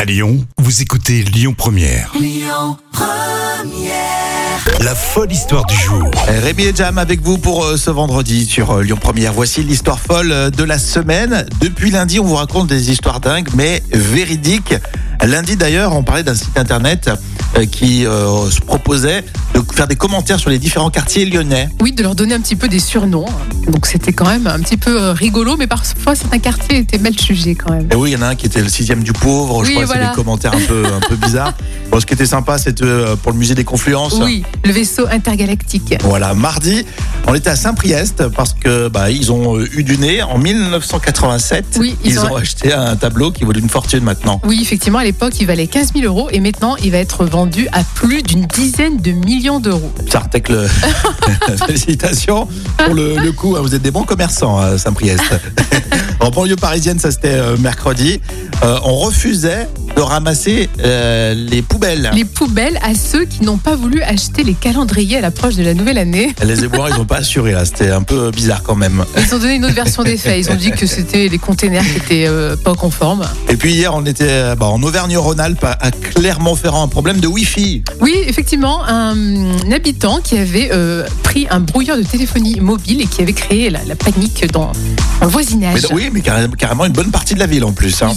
À Lyon, vous écoutez Lyon Première. Lyon Première. La folle histoire du jour. Rémi et Jam avec vous pour euh, ce vendredi sur euh, Lyon Première. Voici l'histoire folle euh, de la semaine. Depuis lundi, on vous raconte des histoires dingues, mais véridiques. Lundi d'ailleurs, on parlait d'un site internet euh, qui euh, se proposait de faire des commentaires sur les différents quartiers lyonnais. Oui, de leur donner un petit peu des surnoms. hein. Donc c'était quand même un petit peu euh, rigolo, mais parfois certains quartiers étaient mal jugés quand même. Et oui, il y en a un qui était le sixième du pauvre. Je Oui, crois que c'est voilà. des commentaires un peu, un peu bizarres. Bon, ce qui était sympa, c'était euh, pour le musée des confluences. Oui, le vaisseau intergalactique. Voilà, mardi, on était à Saint-Priest parce que bah, ils ont euh, eu du nez en 1987. Oui, ils, ils ont... ont- acheté un tableau qui vaut une fortune maintenant. Oui, effectivement, à l'époque, il valait 15 000 euros et maintenant, il va être vendu à plus d'une dizaine de millions d'euros. Sartec, le... félicitations pour le, le coup. hein, Vous êtes des bons commerçants à Saint-Priest. en banlieue parisienne, ça c'était euh, mercredi. euh, on refusait de ramasser euh, les poubelles. Les poubelles à ceux qui n'ont pas voulu acheter les calendriers à l'approche de la nouvelle année. Les éboueurs, ils n'ont pas assuré là. C'était un peu euh, bizarre quand même. Ils ont donné une autre version des faits. Ils ont dit que c'était les containers qui étaient euh, pas conformes. Et puis hier, on était euh, bah, en Auvergne-Rhône-Alpes à Clermont-Ferrand. Un problème de Wi-Fi. Oui, effectivement, un, un habitant qui avait euh, pris un brouilleur de téléphonie mobile et qui avait créé la, la panique dans, dans Mais le voisinage. non, oui, mais carrément, carrément une bonne partie de la ville en plus. hein.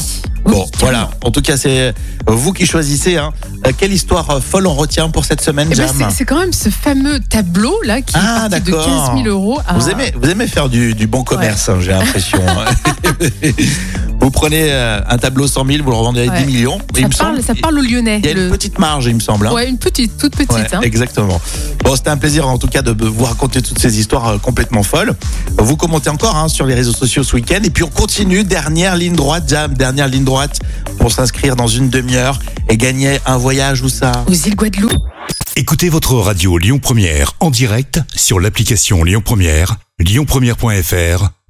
Oui, Bon, voilà. En tout cas, c'est euh, vous qui choisissez. hein. Euh, Quelle histoire euh, folle on retient pour cette semaine, Eh ben, Jam c'est- c'est quand même ce fameux tableau là qui Ah, est parti de d'accord. 15 000 euros. À... vous, aimez, vous aimez faire du, du bon commerce, hein, j'ai l'impression. hein. vous prenez euh, un tableau 100 000, vous le revendez à Ouais. 10 millions. Ça, il me parle, semble. ça parle aux Lyonnais. Il y a le- une petite marge, il me semble. hein. Ouais, une petite, toute petite. Ouais, hein. Exactement. Bon, c'était un plaisir en tout cas de vous raconter toutes ces histoires euh, complètement folles. Vous commentez encore hein, sur les réseaux sociaux ce week-end. Et puis on continue, dernière ligne droite, Jam, dernière ligne droite pour s'inscrire dans une demi-heure et gagner un voyage ou ça. Aux îles Guadeloupe. Écoutez votre radio Lyon Première en direct sur l'application Lyon Première, lyonpremière.fr